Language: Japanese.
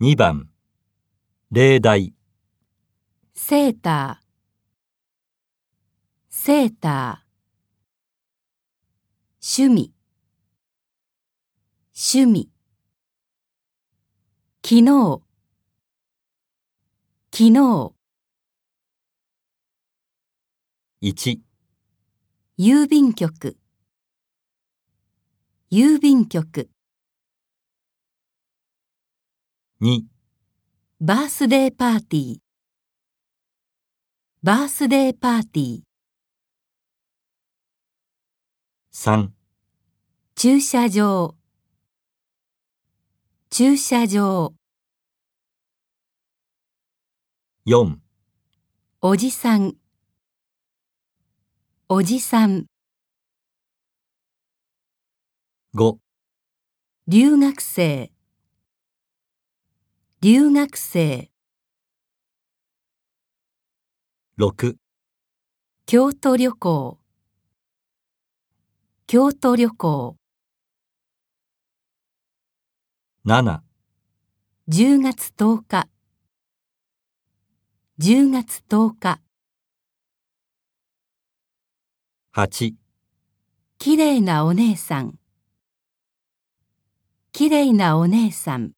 2番、例題、セーター、セーター、趣味、趣味、昨日、昨日、 1、郵便局、郵便局、 2、バースデーパーティー、バースデーパーティー、 3、駐車場、駐車場、 4、おじさん、おじさん、 5、留学生、留学生、 6、京都旅行、京都旅行、 7、 10月10日、10月10日、 8、綺麗なお姉さん、綺麗なお姉さん、